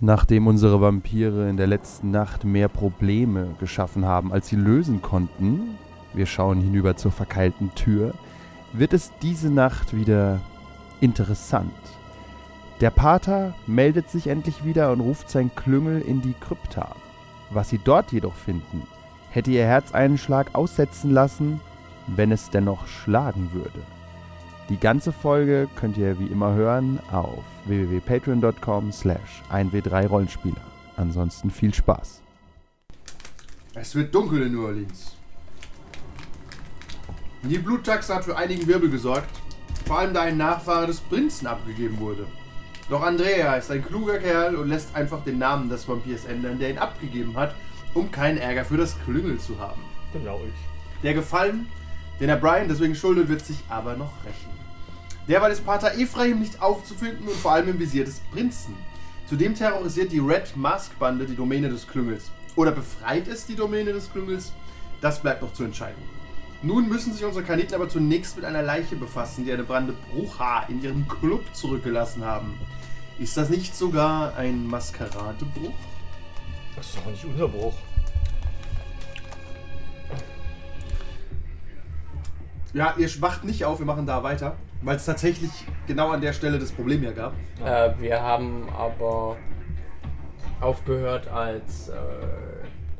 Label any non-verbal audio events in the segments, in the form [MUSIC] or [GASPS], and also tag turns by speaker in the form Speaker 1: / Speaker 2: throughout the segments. Speaker 1: Nachdem unsere Vampire in der letzten Nacht mehr Probleme geschaffen haben, als sie lösen konnten, wir schauen hinüber zur verkeilten Tür, wird es diese Nacht wieder interessant. Der Pater meldet sich endlich wieder und ruft sein Klüngel in die Krypta. Was sie dort jedoch finden, hätte ihr Herz einen Schlag aussetzen lassen, wenn es dennoch schlagen würde. Die ganze Folge könnt ihr wie immer hören auf www.patreon.com slash 1w3rollenspieler. Ansonsten viel Spaß.
Speaker 2: Es wird dunkel in New Orleans. Die Bluttaxe hat für einigen Wirbel gesorgt, vor allem da ein Nachfahre des Prinzen abgegeben wurde. Doch Andrea ist ein kluger Kerl und lässt einfach den Namen des Vampirs ändern, der ihn abgegeben hat, um keinen Ärger für das Klüngel zu haben.
Speaker 3: Genau ich.
Speaker 2: Der Gefallen, den er Brian deswegen schuldet, wird sich aber noch rächen. Derweil ist Pater Ephraim nicht aufzufinden und vor allem im Visier des Prinzen. Zudem terrorisiert die Red Mask Bande die Domäne des Klüngels. Oder befreit es die Domäne des Klüngels? Das bleibt noch zu entscheiden. Nun müssen sich unsere Kaniten aber zunächst mit einer Leiche befassen, die eine brande Bruchhaar in ihrem Club zurückgelassen haben. Ist das nicht sogar ein Maskeradebruch?
Speaker 3: Das ist doch nicht unser Bruch.
Speaker 2: Ja, ihr wacht nicht auf, wir machen da weiter, weil es tatsächlich genau an der Stelle das Problem ja gab.
Speaker 4: Äh, wir haben aber aufgehört, als äh,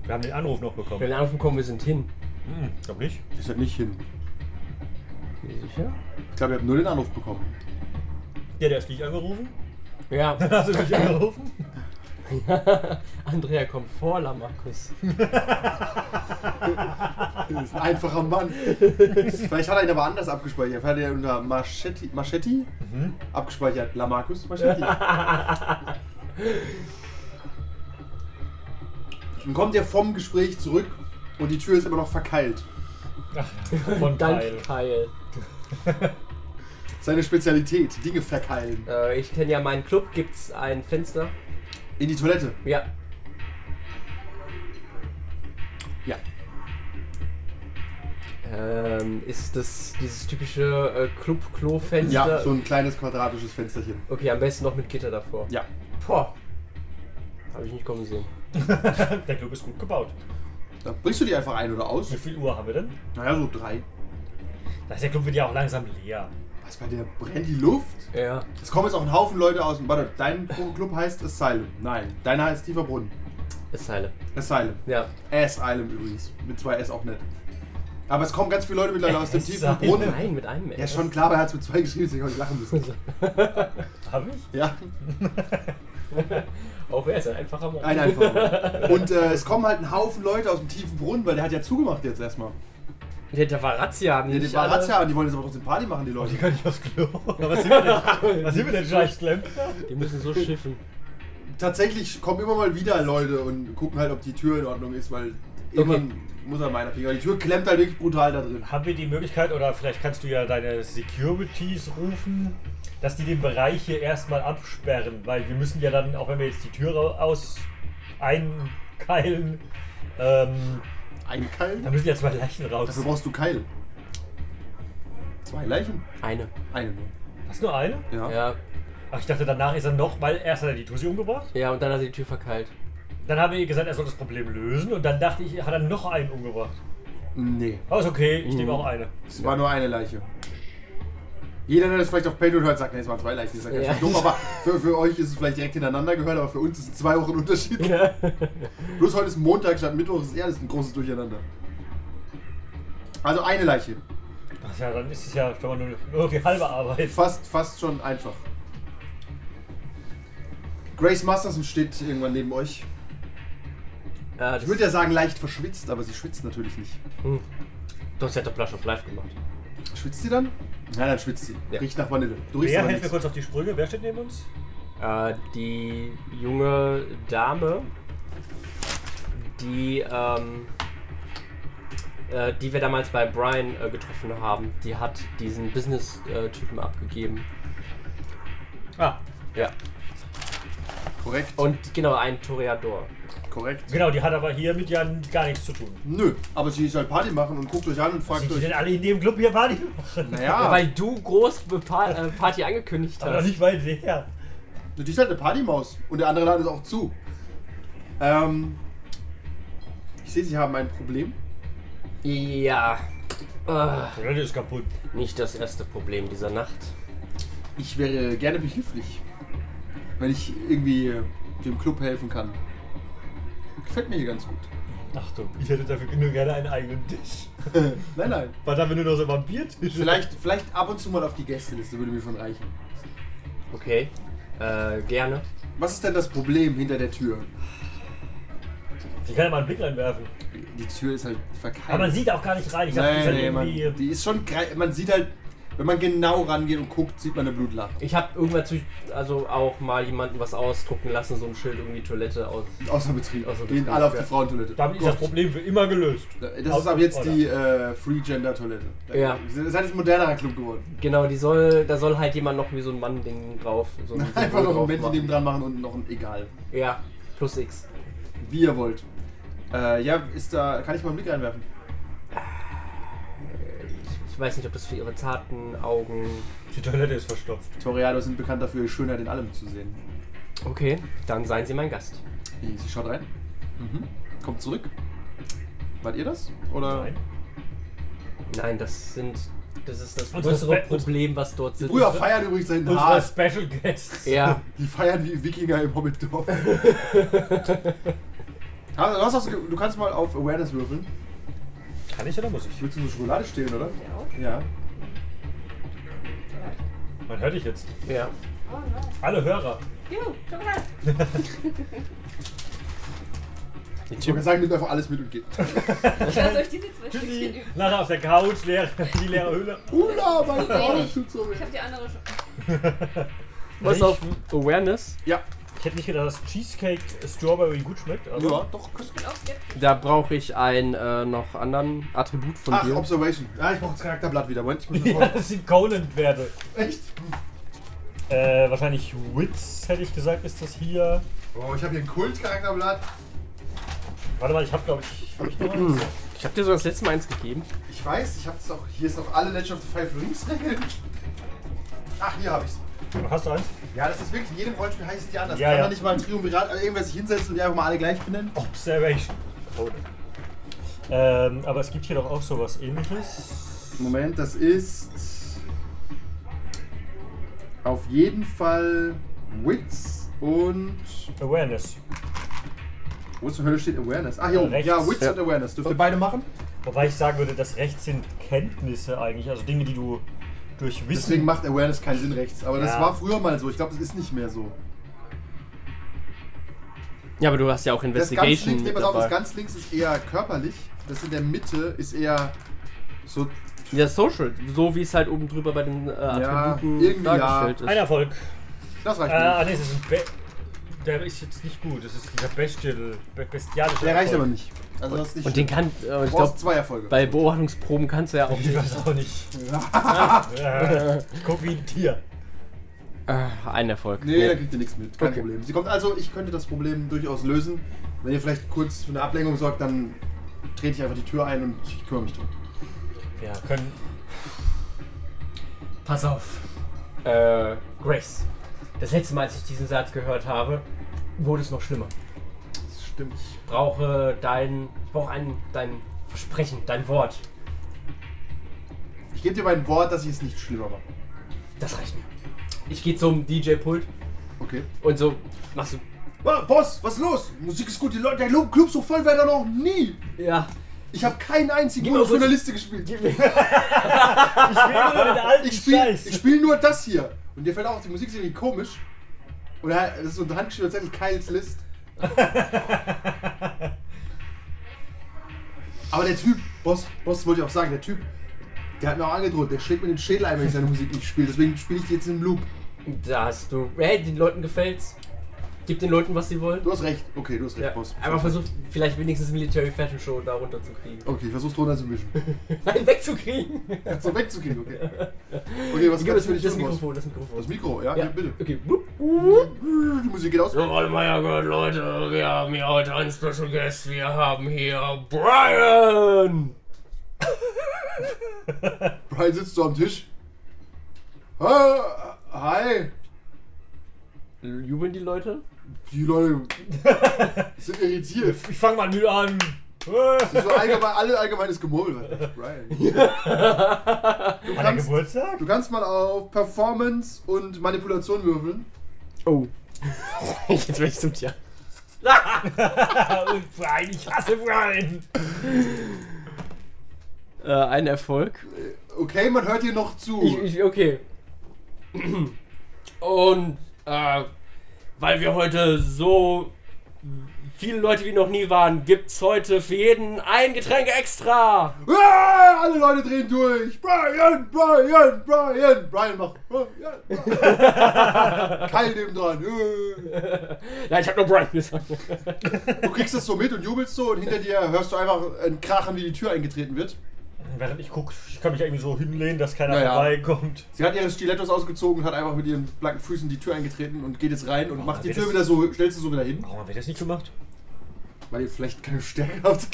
Speaker 3: Wir haben den Anruf noch bekommen.
Speaker 4: wir den Anruf bekommen, wir sind hin.
Speaker 3: Hm, ich glaube nicht.
Speaker 2: Ihr seid halt nicht hin.
Speaker 4: Sicher?
Speaker 2: Ich glaube, ihr habt nur den Anruf bekommen.
Speaker 3: Ja, der ist nicht angerufen. [LAUGHS]
Speaker 4: Ja. [LAUGHS]
Speaker 3: Hast du mich angerufen?
Speaker 4: Andrea kommt vor Lamarcus.
Speaker 2: Das ist ein einfacher Mann. Vielleicht hat er ihn aber anders abgespeichert. Vielleicht hat er ihn unter Marchetti, Marchetti abgespeichert. Lamarcus Marchetti. Dann kommt er vom Gespräch zurück und die Tür ist immer noch verkeilt.
Speaker 3: Von Teil.
Speaker 4: Danke, Kyle.
Speaker 2: Seine Spezialität, Dinge verkeilen.
Speaker 4: Äh, ich kenne ja meinen Club, gibt's ein Fenster?
Speaker 2: In die Toilette.
Speaker 4: Ja.
Speaker 2: Ja.
Speaker 4: Ähm, ist das dieses typische äh, Club-Klo-Fenster?
Speaker 2: Ja, so ein kleines quadratisches Fensterchen.
Speaker 4: Okay, am besten noch mit Gitter davor.
Speaker 2: Ja.
Speaker 4: Boah. Habe ich nicht kommen sehen.
Speaker 3: Der Club ist gut gebaut.
Speaker 2: Da brichst du die einfach ein oder aus?
Speaker 3: Wie viel Uhr haben wir denn?
Speaker 2: Naja, so drei.
Speaker 3: Da ist der Club wird ja auch langsam leer.
Speaker 2: Was bei der brennt die Luft?
Speaker 4: Ja.
Speaker 2: Es kommen jetzt auch ein Haufen Leute aus dem. Warte, dein Club heißt Asylum. Nein, deiner heißt Tiefer Brunnen.
Speaker 4: Ist heile.
Speaker 2: Asylum.
Speaker 4: Ja.
Speaker 2: Asylum übrigens. Mit zwei S auch nicht. Aber es kommen ganz viele Leute mittlerweile aus dem tiefen
Speaker 3: Asylum.
Speaker 2: Brunnen.
Speaker 4: Nein, mit einem
Speaker 2: Ja, schon klar, aber er hat es mit zwei geschrieben, deswegen habe ich lachen müssen.
Speaker 4: [LAUGHS]
Speaker 3: Hab ich?
Speaker 2: Ja,
Speaker 4: Auch er ist ein einfacher Mann.
Speaker 2: ein einfach. Und äh, es kommen halt ein Haufen Leute aus dem tiefen Brunnen, weil der hat ja zugemacht jetzt erstmal.
Speaker 4: Der, der war Razzia, haben die
Speaker 2: Der
Speaker 4: nicht
Speaker 2: war
Speaker 4: alle- [LAUGHS]
Speaker 2: Razzia und die wollen jetzt aber trotzdem Party machen, die Leute.
Speaker 3: Kann ich aufs Klo. [LAUGHS] Was sind wir denn? Was sind wir denn, scheiß Clem?
Speaker 4: Also, Die müssen so schiffen.
Speaker 2: Tatsächlich kommen immer mal wieder Leute und gucken halt, ob die Tür in Ordnung ist, weil irgendwann muss er meiner kriegen. Aber die Tür klemmt halt wirklich brutal da drin.
Speaker 3: Haben wir die Möglichkeit, oder vielleicht kannst du ja deine Securities rufen, dass die den Bereich hier erstmal absperren, weil wir müssen ja dann, auch wenn wir jetzt die Tür ra- aus einkeilen, ähm,
Speaker 2: Ein
Speaker 3: da
Speaker 2: Keil?
Speaker 3: müssen ja zwei Leichen raus.
Speaker 2: Dafür brauchst du Keil. Zwei Leichen?
Speaker 4: Eine.
Speaker 2: Eine nur.
Speaker 3: Hast du nur eine?
Speaker 2: Ja.
Speaker 4: Ja.
Speaker 3: Ach, ich dachte, danach ist er noch, weil erst hat er die Tussi umgebracht.
Speaker 4: Ja, und dann hat er die
Speaker 2: [LAUGHS]
Speaker 4: Tür verkeilt.
Speaker 3: Dann haben wir ihr gesagt, er soll das Problem lösen und dann dachte ich, hat er noch einen umgebracht.
Speaker 2: Nee.
Speaker 3: Aber ist okay, ich nehme
Speaker 2: Mhm.
Speaker 3: auch eine.
Speaker 2: Es war nur eine Leiche. Jeder, der das vielleicht auf Patreon hört, sagt, nee, es waren zwei Leichen. Das ist ja ganz
Speaker 4: Ja.
Speaker 2: schön dumm, aber für, für euch ist es vielleicht direkt hintereinander gehört, aber für uns ist es zwei Wochen Unterschied. [LAUGHS] Bloß heute ist Montag statt Mittwoch, ist eher das ist ein großes Durcheinander. Also eine Leiche.
Speaker 3: Ach ja, dann ist es ja schon mal nur, nur die halbe Arbeit.
Speaker 2: Fast, fast schon einfach. Grace Masterson steht irgendwann neben euch.
Speaker 4: Äh, das,
Speaker 2: Ich würde ja sagen, leicht verschwitzt, aber sie schwitzt natürlich nicht.
Speaker 4: hm. Doch, sie hat doch Blush of Life gemacht.
Speaker 2: Schwitzt sie dann? Nein, dann schwitzt sie.
Speaker 4: Ja.
Speaker 2: Riecht nach Vanille. Du riechst
Speaker 3: Wer
Speaker 2: aber
Speaker 3: hält mir
Speaker 2: nichts.
Speaker 3: kurz auf die Sprünge? Wer steht neben uns?
Speaker 4: Äh, die junge Dame, die, ähm, äh, die wir damals bei Brian äh, getroffen haben, die hat diesen Business-Typen abgegeben.
Speaker 3: Ah,
Speaker 4: Ja.
Speaker 2: Korrekt.
Speaker 4: Und genau, ein Toreador.
Speaker 2: Korrekt.
Speaker 3: Genau, die hat aber hier mit Jan gar nichts zu tun.
Speaker 2: Nö, aber sie soll Party machen und guckt euch an und fragt
Speaker 3: Sind die
Speaker 2: euch.
Speaker 3: denn alle in dem Club hier Party machen?
Speaker 2: Naja,
Speaker 4: Weil du groß Be- Pa- äh, Party angekündigt
Speaker 3: Aber doch
Speaker 4: hast.
Speaker 3: nicht weit her.
Speaker 2: Die ist halt eine Partymaus und der andere Laden ist auch zu. Ähm, ich sehe, Sie haben ein Problem.
Speaker 4: Ja. Ah,
Speaker 3: Die Toilette ist kaputt.
Speaker 4: nicht das erste Problem dieser Nacht.
Speaker 2: Ich wäre gerne behilflich, wenn ich irgendwie äh, dem Club helfen kann. Gefällt mir hier ganz gut.
Speaker 3: Achtung, ich hätte dafür nur gerne einen eigenen Tisch.
Speaker 2: nein, nein.
Speaker 3: Was haben wir nur noch so Vampirtische?
Speaker 2: Vielleicht, vielleicht ab und zu mal auf die Gästeliste würde mir schon reichen.
Speaker 4: Okay. Äh, gerne.
Speaker 2: Was ist denn das Problem hinter der Tür?
Speaker 3: Ich kann ja mal einen Blick reinwerfen.
Speaker 2: Die Tür ist halt verkeilt.
Speaker 3: Aber man sieht auch gar nicht rein. Ich dachte, die ist
Speaker 2: Nein,
Speaker 3: halt
Speaker 2: nee, man,
Speaker 3: irgendwie.
Speaker 2: die ist schon grei- Man sieht halt, wenn man genau rangeht und guckt, sieht man eine Blutlache.
Speaker 4: Ich habe irgendwann zu, also auch mal jemanden was ausdrucken lassen, so ein Schild irgendwie Toilette aus.
Speaker 2: Außer Betrieb.
Speaker 4: Außer
Speaker 2: Gehen
Speaker 4: Betrieb,
Speaker 2: alle auf
Speaker 4: ja.
Speaker 2: die Frauentoilette.
Speaker 3: Damit ist das Problem für immer gelöst.
Speaker 2: Das ist ab jetzt die äh, Free-Gender-Toilette.
Speaker 4: Ja.
Speaker 2: Das ist halt ein modernerer Club geworden.
Speaker 4: Genau, die soll, da soll halt jemand noch wie so ein Mann-Ding drauf. So
Speaker 2: [LAUGHS]
Speaker 4: ein
Speaker 2: Einfach
Speaker 4: Symbol
Speaker 2: noch ein
Speaker 4: drauf
Speaker 2: Männchen
Speaker 4: machen.
Speaker 2: neben dran machen und noch ein Egal.
Speaker 4: Ja, plus X.
Speaker 2: Wie ihr wollt. Äh, ja, ist da. Kann ich mal einen Blick reinwerfen?
Speaker 4: Ich weiß nicht, ob das für ihre zarten Augen.
Speaker 3: Die Toilette ist verstopft.
Speaker 2: Toreados sind bekannt dafür, ihre Schönheit in allem zu sehen.
Speaker 4: Okay, dann seien Sie mein Gast.
Speaker 2: Sie schaut rein. Mhm. Kommt zurück. Wart ihr das? Oder?
Speaker 3: Nein.
Speaker 4: Nein, das sind. Das ist das
Speaker 3: Unsere
Speaker 4: größere
Speaker 3: Spe-
Speaker 4: Problem, was dort sitzt.
Speaker 2: Brüder feiern übrigens da hinten
Speaker 3: Unsere
Speaker 2: hart.
Speaker 3: Special
Speaker 2: [LAUGHS]
Speaker 3: Guests.
Speaker 4: Ja,
Speaker 2: Die feiern wie Wikinger im Hobbitdorf. Ah, du, hast das, ge- du kannst mal auf Awareness würfeln.
Speaker 3: Kann ich oder muss ich?
Speaker 2: Willst du so Schokolade stehlen, oder? Ja.
Speaker 3: Man hört dich jetzt.
Speaker 4: ja.
Speaker 3: Alle Hörer.
Speaker 4: Die
Speaker 2: Ich würde
Speaker 4: Typen.
Speaker 2: sagen, nimmt einfach alles mit und geht.
Speaker 5: Lasst euch diese zwei Stückchen
Speaker 3: Tschüssi.
Speaker 5: üben.
Speaker 3: Nachher auf der Couch, leer, [LAUGHS] die leere Höhle.
Speaker 2: Hula, mein Gott, das
Speaker 5: wenig.
Speaker 2: tut so weh.
Speaker 5: Ich hab die andere schon.
Speaker 4: Was auf Awareness?
Speaker 2: Ja,
Speaker 3: Ich hätte nicht gedacht, dass Cheesecake Strawberry gut schmeckt. aber-
Speaker 2: ja, doch. kannst
Speaker 5: Ich bin auch skeptisch.
Speaker 4: Da brauche ich einen äh, noch anderen Attribut von
Speaker 2: Ach,
Speaker 4: dir.
Speaker 2: Observation. Ah, ich brauche das Charakterblatt wieder. Moment, ich [LAUGHS] muss
Speaker 3: Ja, [LAUGHS]
Speaker 2: das
Speaker 3: das sind Conan-Werte.
Speaker 2: Echt?
Speaker 3: Äh, wahrscheinlich Witz, hätte ich gesagt, ist das hier.
Speaker 2: Oh, ich habe hier ein Kultcharakterblatt.
Speaker 3: Warte mal, ich hab, glaube ich, hab ich noch eins?
Speaker 4: Ich habe dir so das letzte Mal eins gegeben.
Speaker 2: Ich weiß, ich habe es auch. Hier ist noch alle Legend of the Five Rings Regeln. Ach, hier habe ich's.
Speaker 3: Hast du eins?
Speaker 2: Ja, das ist wirklich, in jedem Rollenspiel heißt es nicht anders.
Speaker 3: Ja,
Speaker 2: Kann
Speaker 3: ja.
Speaker 2: man nicht mal ein Triumvirat oder irgendwas sich hinsetzen und die einfach mal alle gleich benennen?
Speaker 3: Observation. Conan. Ähm, aber es gibt hier doch auch sowas ähnliches.
Speaker 2: Moment, das ist auf jeden Fall Wits und
Speaker 3: Awareness.
Speaker 2: wo zur Hölle steht Awareness? Ah, hier oben.
Speaker 3: Rechts.
Speaker 2: Ja, Wits
Speaker 4: Ja.
Speaker 2: und Awareness. Dürft ihr beide machen?
Speaker 3: Wobei ich sagen würde, das Recht sind Kenntnisse eigentlich, also Dinge, die du durch Wissen.
Speaker 2: Deswegen macht Awareness keinen Sinn rechts. Aber das
Speaker 3: Ja.
Speaker 2: war früher mal so. Ich glaube, das ist nicht mehr so.
Speaker 4: Ja, aber du hast ja auch
Speaker 2: Das ganz
Speaker 4: Investigation
Speaker 2: links, nee,
Speaker 4: mit
Speaker 2: pass auf, das
Speaker 4: dabei.
Speaker 2: ganz links ist eher körperlich. Das in der Mitte ist eher so.
Speaker 4: Ja, Social. So wie es halt oben drüber bei den äh, Attributen
Speaker 2: irgendwie ja.
Speaker 4: dargestellt ist.
Speaker 3: Ein Erfolg.
Speaker 2: Das
Speaker 3: Äh,
Speaker 2: reicht
Speaker 3: ah,
Speaker 2: mir.
Speaker 3: nee, es ist ein Be Der ist jetzt nicht gut. Das ist dieser Bestial, be- bestialische
Speaker 2: Der reicht aber
Speaker 3: Erfolg.
Speaker 2: nicht. Also das ist nicht.
Speaker 4: Und den kann, äh, ich
Speaker 2: du brauchst
Speaker 4: glaube,
Speaker 2: zwei Erfolge.
Speaker 4: bei Beobachtungsproben kannst du ja auch
Speaker 3: Oh, Ich
Speaker 4: nicht.
Speaker 3: weiß auch
Speaker 2: [LAUGHS]
Speaker 3: nicht. Äh, ich guck wie ein Tier.
Speaker 4: Äh, ein Erfolg.
Speaker 2: Nee, da kriegt ihr nichts mit. Kein
Speaker 4: Okay.
Speaker 2: Problem. Sie kommt also, ich könnte das Problem durchaus lösen. Wenn ihr vielleicht kurz für eine Ablenkung sorgt, dann trete ich einfach die Tür ein und ich kümmere mich drum.
Speaker 3: Wir können. Pass auf.
Speaker 4: Äh, Grace. Das letzte Mal, als ich diesen Satz gehört habe, wurde es noch schlimmer.
Speaker 2: Das stimmt.
Speaker 4: Ich brauche dein. Ich brauche ein, dein Versprechen, dein Wort.
Speaker 2: Ich gebe dir mein Wort, dass ich es nicht schlimmer mache.
Speaker 4: Das reicht mir. Ich gehe zum DJ-Pult
Speaker 2: Okay.
Speaker 4: und so machst du.
Speaker 2: Ah, Boss, was ist los? Musik ist gut, die Leute, der Lo- Club so voll wäre da noch nie.
Speaker 4: Ja.
Speaker 2: Ich habe keinen einzigen
Speaker 4: Gib mir
Speaker 2: Euro für
Speaker 4: kurz-
Speaker 2: eine Liste gespielt.
Speaker 4: [LAUGHS]
Speaker 2: Ich
Speaker 3: Ich
Speaker 2: spiele
Speaker 3: spiele
Speaker 2: ich spiel nur das hier. Und dir fällt auch die Musik ist irgendwie komisch. Oder das ist so ein handgeschriebener Zettel, Kyles
Speaker 4: [LAUGHS]
Speaker 2: List. Aber der Typ, Boss, Boss wollte ich auch sagen, der Typ, der hat mir auch angedroht, der schlägt mir den Schädel ein, wenn ich seine Musik nicht spiele. Deswegen spiele ich die jetzt im Loop.
Speaker 4: Da hast du. Hey, den Leuten gefällt's. Gib den Leuten, was sie wollen.
Speaker 2: Du hast recht. Okay, du hast recht,
Speaker 4: Ja.
Speaker 2: Boss.
Speaker 4: Aber versuch vielleicht wenigstens Military Fashion Show da runterzukriegen.
Speaker 2: Okay, ich versuch's drunter zu mischen.
Speaker 4: [LAUGHS] Nein, wegzukriegen.
Speaker 2: so wegzukriegen, okay. Okay, was kannst
Speaker 4: Gib das,
Speaker 2: du für dich
Speaker 4: das
Speaker 2: tun, Boss?
Speaker 4: Mikrofon, das Mikrofon.
Speaker 2: Das Mikro, ja, ja.
Speaker 4: ja,
Speaker 2: bitte.
Speaker 4: Okay. Wupp, wupp.
Speaker 2: Die Musik geht aus.
Speaker 4: So, warte mal, ja gut, Leute, wir haben hier heute einen Special Guest. Wir haben hier Brian.
Speaker 2: Brian sitzt so am Tisch. Ah, Hi.
Speaker 4: Jubeln die Leute?
Speaker 2: Die
Speaker 4: [LAUGHS]
Speaker 2: Leute sind irritiert.
Speaker 3: Ich fange mal mit an. Äh,
Speaker 2: Das ist so allgemein, alle allgemeines Gemurmel. was ist Brian? Du
Speaker 4: [LAUGHS]
Speaker 3: Hat er
Speaker 2: kannst,
Speaker 3: Geburtstag?
Speaker 2: du kannst mal auf Performance und Manipulation würfeln.
Speaker 4: Oh. [LAUGHS] Jetzt werde ich zum Tier.
Speaker 3: Und Brian, ich hasse Brian.
Speaker 4: Äh, ein Erfolg.
Speaker 2: Okay, man hört dir noch zu.
Speaker 4: Ich, ich, okay. Und äh, weil wir heute so viele Leute wie noch nie waren, gibt's heute für jeden ein Getränk extra.
Speaker 2: Ah, alle Leute drehen durch. Brian, Brian, Brian. Brian macht Brian, Brian.
Speaker 4: [LAUGHS]
Speaker 2: Keil neben dran. Äh.
Speaker 4: Nein, ich habe nur Brian gesagt.
Speaker 2: Du kriegst das so mit und jubelst so und hinter dir hörst du einfach ein Krachen, wie die Tür eingetreten wird.
Speaker 3: Während ich gucke, ich kann mich irgendwie so hinlehnen, dass keiner
Speaker 2: Naja.
Speaker 3: vorbeikommt.
Speaker 2: Sie hat ihre Stilettos ausgezogen und hat einfach mit ihren blanken Füßen die Tür eingetreten und geht jetzt rein und macht die
Speaker 3: wird
Speaker 2: Tür
Speaker 3: das-
Speaker 2: wieder so, stellst du so wieder hin,
Speaker 3: Warum haben wir das nicht gemacht?
Speaker 2: weil ihr vielleicht keine Stärke habt.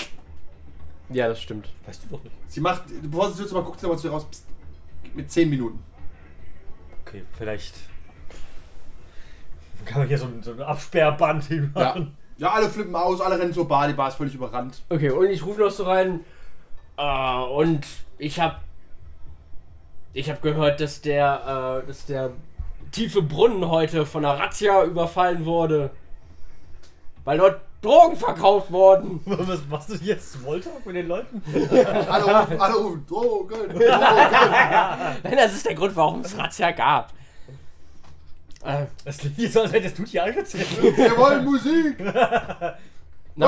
Speaker 4: Ja, das stimmt.
Speaker 3: Weißt du doch nicht.
Speaker 2: Sie macht, bevor sie die Tür zu macht, guckt sie nochmal zu ihr raus. Psst. Gib mir 10 Minuten.
Speaker 3: Okay, vielleicht kann man hier so ein, so ein Absperrband hinmachen.
Speaker 2: Ja, alle flippen aus, alle rennen zur Bar, die Bar ist völlig überrannt.
Speaker 4: Okay, und ich rufe noch so rein. Äh, und ich habe ich habe gehört, dass der äh, dass der tiefe Brunnen heute von einer Razzia überfallen wurde, weil dort Drogen verkauft wurden.
Speaker 3: [LAUGHS] Was machst du jetzt? Smalltalk mit den Leuten?
Speaker 2: Alle rufen, alle rufen, Drogen, Drogen.
Speaker 4: Nein, das ist der Grund, warum es Razzia gab. Also- Äh,
Speaker 3: Das klingt jetzt so, als hättest du
Speaker 2: [LAUGHS]
Speaker 3: dich angezählt.
Speaker 2: Wir wollen Musik.
Speaker 4: na,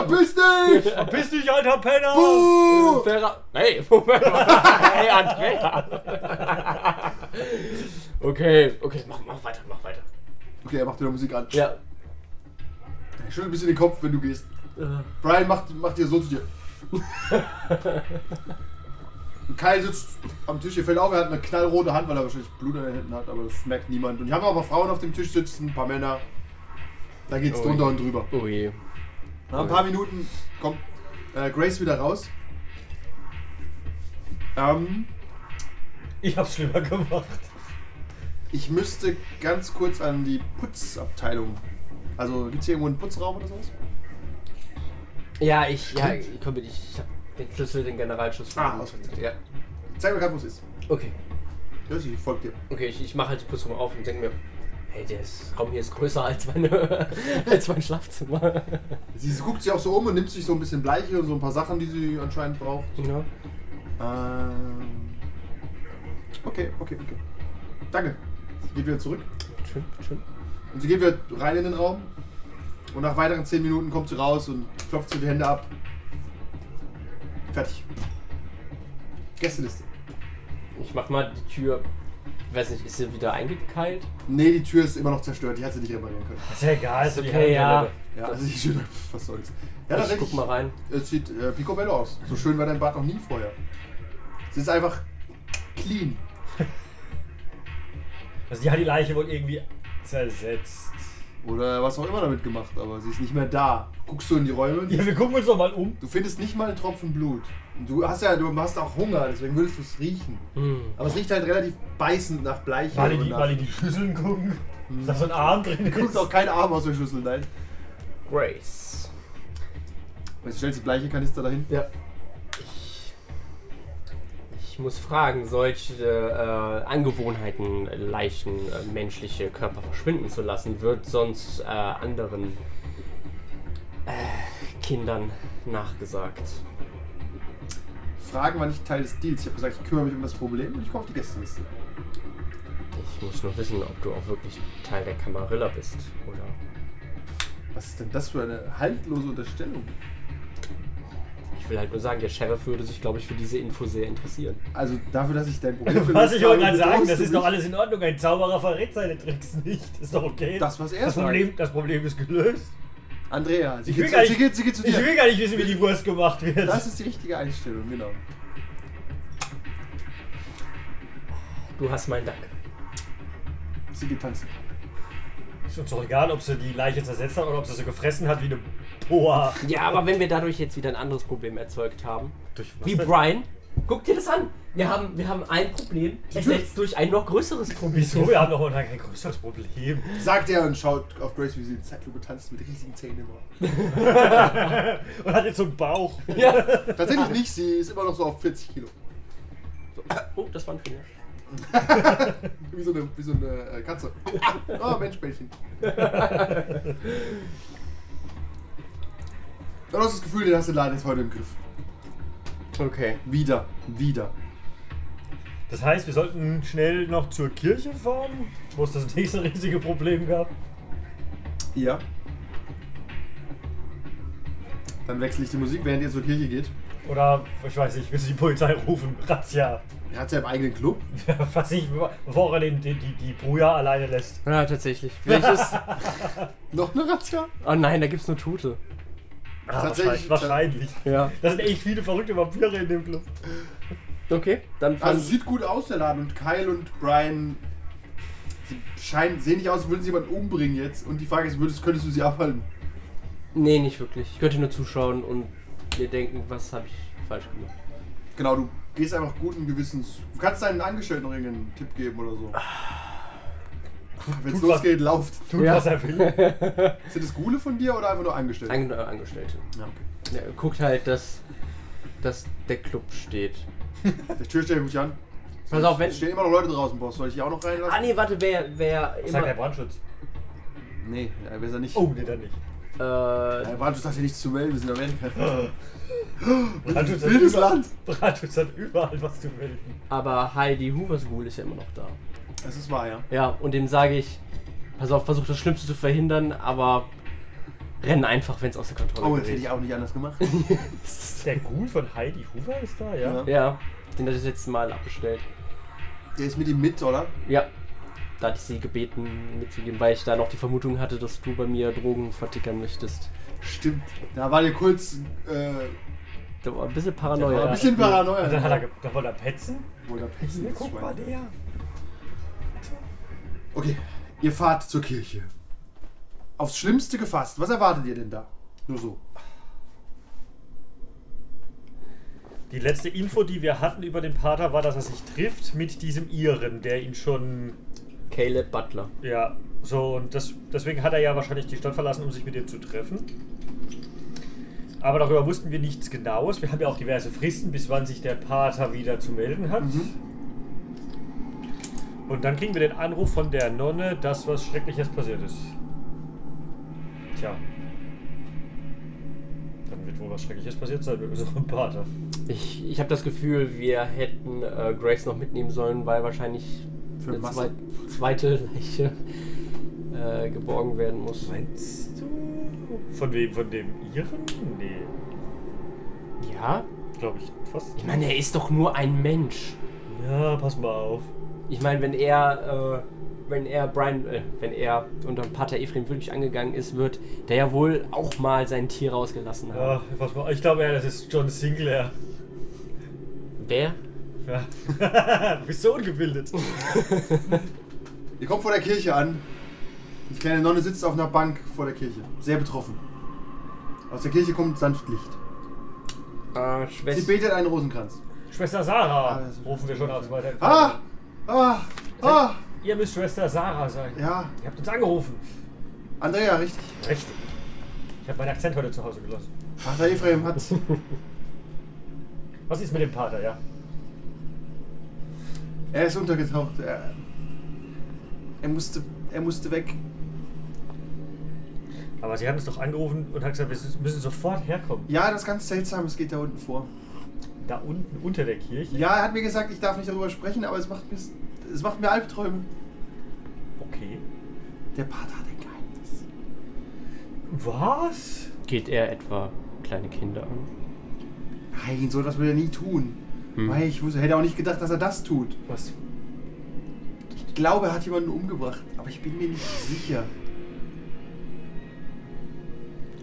Speaker 2: Verpiss dich.
Speaker 3: Verpiss dich, alter Penner!
Speaker 2: Buh.
Speaker 4: Ferra- Hey, Moment mal. [LAUGHS] Hey, Andrea. Okay, okay, mach, mach weiter, mach weiter.
Speaker 2: Okay, er macht wieder Musik an.
Speaker 4: Ja.
Speaker 2: Schüttel ein bisschen den Kopf, wenn du gehst. Brian macht, macht dir so zu dir. Und Kyle sitzt am Tisch, ihr fällt auf, er hat eine knallrote Hand, weil er wahrscheinlich Blut an den Händen hat, aber das merkt niemand. Und hier haben aber Frauen auf dem Tisch sitzen, ein paar Männer. Da geht's
Speaker 4: Oh.
Speaker 2: drunter und drüber.
Speaker 4: Oh je.
Speaker 2: Nach ein paar Minuten kommt äh, Grace wieder raus. Ähm,
Speaker 3: Ich hab's schlimmer gemacht.
Speaker 2: ich müsste ganz kurz an die Putzabteilung. Also gibt's hier irgendwo einen Putzraum oder sowas?
Speaker 4: Ja, ich, ja, ich komme mit. Ich hab den Schlüssel, den Generalschlüssel.
Speaker 2: Ah, ausgezeichnet.
Speaker 4: Ja.
Speaker 2: Zeig mir gerade, wo es ist.
Speaker 4: Okay.
Speaker 2: Ja, sie folgt dir.
Speaker 4: Okay, ich, ich mache halt die Putzung auf und denke mir, hey, der ist- Raum hier ist größer als, meine, [LAUGHS] als mein Schlafzimmer.
Speaker 2: Sie guckt sich auch so um und nimmt sich so ein bisschen Bleiche und so ein paar Sachen, die sie anscheinend braucht.
Speaker 4: Ja.
Speaker 2: Ähm. Okay, okay, okay. Danke. Sie geht wieder zurück.
Speaker 4: Schön, schön.
Speaker 2: Und sie geht wieder rein in den Raum. Und nach weiteren 10 Minuten kommt sie raus und klopft sie die Hände ab. Fertig. Gästeliste.
Speaker 4: Ich mach mal die Tür. Ich weiß nicht, ist sie wieder eingekeilt?
Speaker 2: Nee, die Tür ist immer noch zerstört. Die hat sie nicht reparieren können.
Speaker 3: Ist ja egal, ist
Speaker 4: Okay, ja.
Speaker 2: Ja, also die Tür, pf, was soll's. Ja,
Speaker 4: ich guck mal rein.
Speaker 2: Es sieht äh, picobello aus. So schön war dein Bad noch nie vorher. Es ist einfach clean.
Speaker 3: Also die hat die Leiche wohl irgendwie zersetzt.
Speaker 2: Oder was auch immer damit gemacht, aber sie ist nicht mehr da. Guckst du in die Räume?
Speaker 3: Ja, wir gucken uns doch mal um.
Speaker 2: Du findest nicht mal einen Tropfen Blut. Und Du hast ja, du hast auch Hunger, deswegen würdest du es riechen.
Speaker 4: Hm.
Speaker 2: Aber es riecht halt relativ beißend nach Bleiche.
Speaker 3: Mal in
Speaker 2: und
Speaker 3: die,
Speaker 2: nach- [LAUGHS]
Speaker 3: mal in die Schüsseln gucken.
Speaker 2: Hm.
Speaker 3: Ist da so ein Arm drin?
Speaker 2: Du kriegst auch keinen Arm aus der Schüssel, nein.
Speaker 4: Grace.
Speaker 2: Jetzt stellst du bleiche Kanister dahin.
Speaker 4: Ja. Ich, ich muss fragen, solche äh, Angewohnheiten, Leichen, äh, menschliche Körper verschwinden zu lassen, wird sonst äh, anderen äh, Kindern nachgesagt.
Speaker 2: Fragen war nicht Teil des Deals. Ich habe gesagt, ich kümmere mich um das Problem und ich komme auf die Gästeliste.
Speaker 4: Ich muss nur wissen, ob du auch wirklich Teil der Kamarilla bist, oder?
Speaker 2: Was ist denn das für eine haltlose Unterstellung?
Speaker 4: Ich will halt nur sagen, der Sheriff würde sich, glaube ich, für diese Info sehr interessieren.
Speaker 2: Also dafür, dass ich dein Problem
Speaker 3: [LAUGHS] [LAUGHS] Was ich wollte gerade sagen,
Speaker 2: bedrohst
Speaker 3: das
Speaker 2: du
Speaker 3: ist doch
Speaker 2: mich.
Speaker 3: alles in Ordnung. Ein Zauberer verrät seine Tricks nicht. Ist doch okay.
Speaker 2: Das, was er
Speaker 3: das,
Speaker 2: sagt.
Speaker 3: Problem, das Problem ist gelöst.
Speaker 2: Andrea, sie
Speaker 3: Ich
Speaker 2: geht,
Speaker 3: will
Speaker 2: zu,
Speaker 3: gar
Speaker 2: sie,
Speaker 3: nicht-
Speaker 2: geht, sie geht zu
Speaker 3: Ich
Speaker 2: dir.
Speaker 3: will gar nicht wissen, wie die Wurst gemacht wird.
Speaker 2: Das ist die richtige Einstellung, genau.
Speaker 4: Du hast meinen Dank.
Speaker 2: Sie geht tanzen.
Speaker 3: Ist uns doch egal, ob sie die Leiche zersetzt hat oder ob sie sie gefressen hat wie eine Boa.
Speaker 4: Ja, aber wenn wir dadurch jetzt wieder ein anderes Problem erzeugt haben,
Speaker 3: Durch was
Speaker 4: wie
Speaker 3: denn?
Speaker 4: Brian,
Speaker 6: Guck dir das an. Wir haben, wir haben ein Problem, ersetzt durch ein noch größeres Problem.
Speaker 3: Wieso? Wir haben doch momentan kein größeres Problem.
Speaker 2: Sagt er und schaut auf Grace, wie sie in Zeitlupe tanzt mit riesigen Zähnen im Ohr.
Speaker 3: Und hat jetzt so einen Bauch.
Speaker 6: Ja.
Speaker 2: Tatsächlich nicht, sie ist immer noch so auf 40 Kilo.
Speaker 6: Oh, das war ein Finger.
Speaker 2: Wie so eine, wie so eine äh, Katze. Ah, oh, Menschbällchen. Du hast das Gefühl, den hast du leider jetzt heute im Griff.
Speaker 4: Okay.
Speaker 2: Wieder, wieder.
Speaker 3: Das heißt, wir sollten schnell noch zur Kirche fahren, wo es das nächste riesige Problem gab.
Speaker 2: Ja. Dann wechsle ich die Musik, während ihr zur Kirche geht.
Speaker 3: Oder, ich weiß nicht, willst du die Polizei rufen? Razzia.
Speaker 2: Er hat ja im eigenen Club.
Speaker 3: Was ich, bevor er den, die, die, die Bruja alleine lässt.
Speaker 6: [LAUGHS]
Speaker 4: Ja, tatsächlich. Welches?
Speaker 2: Noch eine Razzia?
Speaker 4: Oh nein, da gibt's nur Tute.
Speaker 3: Ah,
Speaker 2: Tatsächlich.
Speaker 3: wahrscheinlich. wahrscheinlich.
Speaker 4: Ja.
Speaker 3: Das sind echt viele verrückte Vampire in dem Club.
Speaker 4: Okay, dann
Speaker 2: Also
Speaker 4: fahren
Speaker 2: sieht gut aus, der Laden. Und Kyle und Brian sie scheinen, sehen nicht aus, als würden sie jemanden umbringen jetzt. Und die Frage ist, würdest, könntest du sie abhalten?
Speaker 4: Nee, nicht wirklich. Ich könnte nur zuschauen und mir denken, was habe ich falsch gemacht.
Speaker 2: Genau, du gehst einfach guten Gewissens. Du kannst deinen Angestellten noch irgendeinen Tipp geben oder so. Wenn es
Speaker 3: tut was.
Speaker 2: losgeht, lauft.
Speaker 3: Tut,
Speaker 4: Ja.
Speaker 3: was er will.
Speaker 2: Sind es Gule von dir oder einfach nur Angestellte?
Speaker 4: Ein, äh, Angestellte.
Speaker 2: ja, okay.
Speaker 4: Ja, guckt halt, dass, dass der Club steht.
Speaker 2: Der Türsteher ruft dich an.
Speaker 4: Pass auf, wenn.
Speaker 2: Es stehen immer noch Leute draußen, Boss. Soll ich die auch noch reinlassen?
Speaker 4: Ah nee, warte, wer, wer
Speaker 3: Sagt der
Speaker 4: immer.
Speaker 3: Brandschutz.
Speaker 2: Nee, ja, besser nicht.
Speaker 3: Oh, nee, dann nicht.
Speaker 4: Äh,
Speaker 2: Ja, Warte, du sagst ja nichts zu melden, wir sind in
Speaker 3: [LAUGHS]
Speaker 2: Amerika.
Speaker 3: Brandschutz hat,
Speaker 2: Wildes
Speaker 3: überall,
Speaker 2: Land!
Speaker 3: Brandschutz hat überall was zu melden.
Speaker 4: aber Heidi Hoovers Ghoul ist ja immer noch da.
Speaker 2: Das ist wahr, ja.
Speaker 4: Ja, und dem sage ich, pass auf, versuch das Schlimmste zu verhindern, aber renn einfach, wenn es aus der Kontrolle
Speaker 2: Oh, das hätte
Speaker 4: gerät.
Speaker 2: ich auch nicht anders gemacht.
Speaker 3: Der Ghoul von Heidi Hoover ist da, ja?
Speaker 2: Ja.
Speaker 4: Ja, den hat das letzte Mal abgestellt.
Speaker 2: Der ist mit ihm mit, oder?
Speaker 4: Ja. Da hatte ich sie gebeten mitzugeben, weil ich da noch die Vermutung hatte, dass du bei mir Drogen vertickern möchtest.
Speaker 2: Stimmt. Da war dir kurz. Äh,
Speaker 4: Da war ein bisschen
Speaker 2: ein
Speaker 4: Paranoia.
Speaker 2: bisschen Paranoia.
Speaker 3: Und dann Oh hat er, ge- dann wollte er petzen.
Speaker 2: Obwohl, da pissen ist
Speaker 3: Guck mal,
Speaker 2: Schweine.
Speaker 3: der.
Speaker 2: Okay, ihr fahrt zur Kirche. Aufs Schlimmste gefasst, was erwartet ihr denn da? Nur so.
Speaker 3: Die letzte Info, die wir hatten über den Pater, war, dass er sich trifft mit diesem Iren, der ihn schon.
Speaker 4: Caleb Butler.
Speaker 3: Ja, so, und das, deswegen hat er ja wahrscheinlich die Stadt verlassen, um sich mit ihm zu treffen. Aber darüber wussten wir nichts Genaues. Wir haben ja auch diverse Fristen, bis wann sich der Pater wieder zu melden hat. Und dann kriegen wir den Anruf von der Nonne, dass was Schreckliches passiert ist. Tja. Dann wird wohl was Schreckliches passiert sein mit unserem Pater.
Speaker 4: Ich, ich habe das Gefühl, wir hätten äh, Grace noch mitnehmen sollen, weil wahrscheinlich
Speaker 2: Für
Speaker 4: eine
Speaker 2: Masse.
Speaker 4: zwei, zweite Leiche äh, geborgen werden muss.
Speaker 3: Meinst du? Von wem? Von dem Iren? Nee,
Speaker 4: Ja?
Speaker 3: glaube ich fast.
Speaker 4: Ich meine, er ist doch nur ein Mensch.
Speaker 3: Ja, pass mal auf.
Speaker 4: Ich meine, wenn er, äh, wenn er Brian, äh, wenn er unter Pater Ephraim wirklich angegangen ist, wird der ja wohl auch mal sein Tier rausgelassen haben.
Speaker 3: Ja, pass mal. Ich glaube, ja, das ist John Sinclair. [LAUGHS]
Speaker 4: Wer?
Speaker 3: Ja. du bist so ungebildet.
Speaker 2: Ihr kommt vor der Kirche an. Die kleine Nonne sitzt auf einer Bank vor der Kirche. Sehr betroffen. Aus der Kirche kommt sanft Licht.
Speaker 4: Äh,
Speaker 2: Sie
Speaker 4: Schwester.
Speaker 2: betet einen Rosenkranz.
Speaker 3: Schwester
Speaker 2: Ah,
Speaker 3: Sarah,
Speaker 2: das ist-
Speaker 3: rufen wir schon aus weiter.
Speaker 2: Ah! Ah! Ah!
Speaker 3: Ihr müsst Schwester Sarah sein.
Speaker 2: Ja.
Speaker 3: Ihr habt uns angerufen.
Speaker 2: Andrea, richtig.
Speaker 3: Richtig. Ich habe meinen Akzent heute zu Hause gelassen.
Speaker 2: Vater Ephraim hat.
Speaker 3: [LAUGHS] Was ist mit dem Pater, ja?
Speaker 2: Er ist untergetaucht. Er, er musste. Er musste weg.
Speaker 3: Aber sie haben uns doch angerufen und hat gesagt, wir müssen sofort herkommen.
Speaker 2: Ja, das ist ganz seltsam, es geht da unten vor.
Speaker 3: Da unten, unter der Kirche.
Speaker 2: Ja, er hat mir gesagt, ich darf nicht darüber sprechen, aber es macht mir, es macht mir Albträume.
Speaker 3: Okay.
Speaker 2: Der Pater hat ein Geheimnis.
Speaker 3: Was?
Speaker 4: Geht er etwa kleine Kinder an?
Speaker 2: Nein, so etwas würde er nie tun.
Speaker 4: Hm.
Speaker 2: Weil ich wusste, hätte auch nicht gedacht, dass er das tut.
Speaker 3: Was?
Speaker 2: Ich glaube, er hat jemanden umgebracht, aber ich bin mir nicht sicher.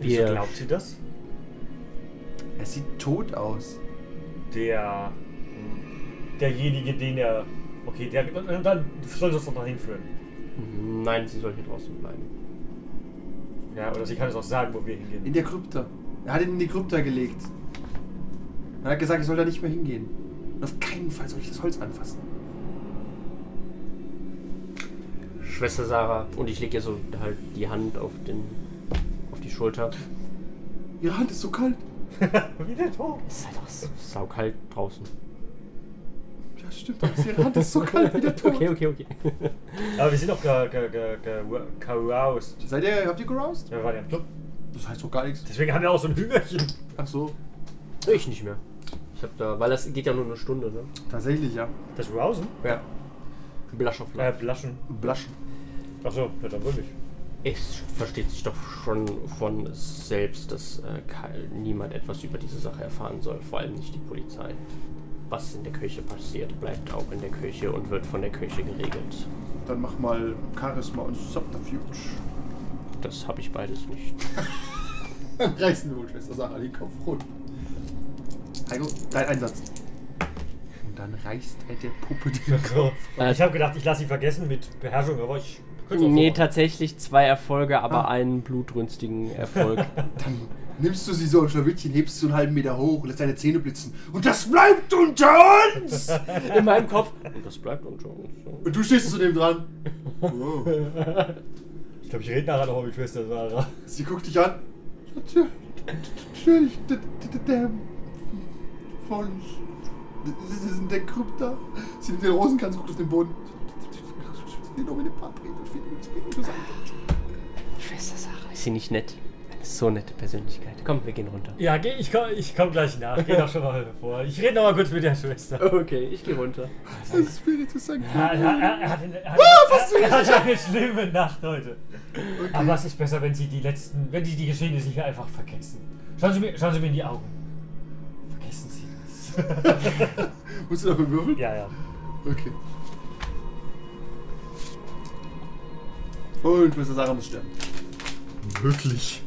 Speaker 3: Wieso
Speaker 4: Wir-
Speaker 3: glaubt sie das?
Speaker 2: Er sieht tot aus.
Speaker 3: der hm, derjenige, den er. Okay, der dann- dann soll das doch dahin führen.
Speaker 4: Nein, sie soll hier draußen bleiben.
Speaker 3: Ja, oder sie kann es auch sagen, wo wir
Speaker 2: In
Speaker 3: hingehen.
Speaker 2: der Krypta. Er hat ihn in die Krypta gelegt. Er hat gesagt, ich soll da nicht mehr hingehen. Und auf keinen Fall soll ich das Holz anfassen.
Speaker 4: Schwester Sarah. Und ich lege ihr so halt die Hand auf den. auf die Schulter.
Speaker 2: Ihre Hand ist so kalt.
Speaker 3: Wie der Tod.
Speaker 4: Es ist halt auch so saukalt draußen.
Speaker 2: Ja, stimmt. aber Ihre Hand ist so kalt wie der Tod.
Speaker 4: [LAUGHS] Okay, okay, okay.
Speaker 3: Aber wir sind doch ge- ge- ge- ge- caroused.
Speaker 2: Seid ihr, habt ihr geroused?
Speaker 3: Wir waren ja im Club.
Speaker 2: Das heißt doch gar nichts.
Speaker 3: Deswegen haben wir auch so ein Hüngerchen.
Speaker 2: Ach so,
Speaker 4: Ich nicht mehr. Ich hab da. Weil das geht ja nur eine Stunde, ne?
Speaker 2: tatsächlich, ja.
Speaker 3: Das Rousen?
Speaker 4: Ja. Blush of
Speaker 3: Äh,
Speaker 4: Life.
Speaker 3: Blaschen.
Speaker 2: Blaschen.
Speaker 3: Achso, ja, dann wohl nicht.
Speaker 4: Es versteht sich doch schon von selbst, dass äh, kein- niemand etwas über diese Sache erfahren soll, vor allem nicht die Polizei. Was in der Kirche passiert, bleibt auch in der Kirche und wird von der Kirche geregelt.
Speaker 2: Dann mach mal Charisma und Subterfuge.
Speaker 4: Das habe ich beides nicht.
Speaker 2: Dann [LAUGHS] reißen wir wohl Schwester Sarah den Kopf rund. Heiko, dein Einsatz. Und dann reißt er der Puppe den Kopf.
Speaker 4: Äh,
Speaker 3: Ich habe gedacht, ich lasse sie vergessen mit Beherrschung, aber ich könnte auch
Speaker 4: nee,
Speaker 3: so machen.
Speaker 4: tatsächlich zwei Erfolge, aber
Speaker 2: Ah.
Speaker 4: einen blutrünstigen Erfolg.
Speaker 2: Dann nimmst du sie so ein Schlawittchen, hebst du einen halben Meter hoch, lässt deine Zähne blitzen. Und das bleibt unter [LAUGHS] uns!
Speaker 4: [LAUGHS] in meinem Kopf. Und das bleibt unter uns. so.
Speaker 2: Und du stehst zu dem dran. [LAUGHS] Wow.
Speaker 3: Ich glaube, ich rede nachher noch mit Schwester Sarah.
Speaker 2: Sie guckt dich an. Natürlich, der, der, der von. Das ist der Krypta. Sie nimmt den Rosenkranz, guckt auf den Boden. Die Nomine Patri, das finde ich finde ich interessant.
Speaker 4: Schwester Sarah, ist sie nicht nett? Eine so nette Persönlichkeit. Komm, wir gehen runter.
Speaker 3: Ja, geh, ich komme ich komm gleich nach. Geh doch schon mal vor. Ich rede noch mal kurz mit der Schwester.
Speaker 4: Okay, ich gehe runter.
Speaker 2: Das ist Spiritus Sancti.
Speaker 3: Er, er, er, er, hat eine- er, hat-
Speaker 2: fast
Speaker 3: er hat eine schlimme Nacht heute. Aber es ist besser, wenn Sie die letzten, wenn Sie die Geschehnisse hier einfach vergessen. Schauen Sie mir, schauen Sie mir in die Augen. Vergessen Sie das.
Speaker 2: Musst du dafür würfeln?
Speaker 3: ja, ja.
Speaker 2: Okay. Und Mr. Sarah muss sterben. Wirklich?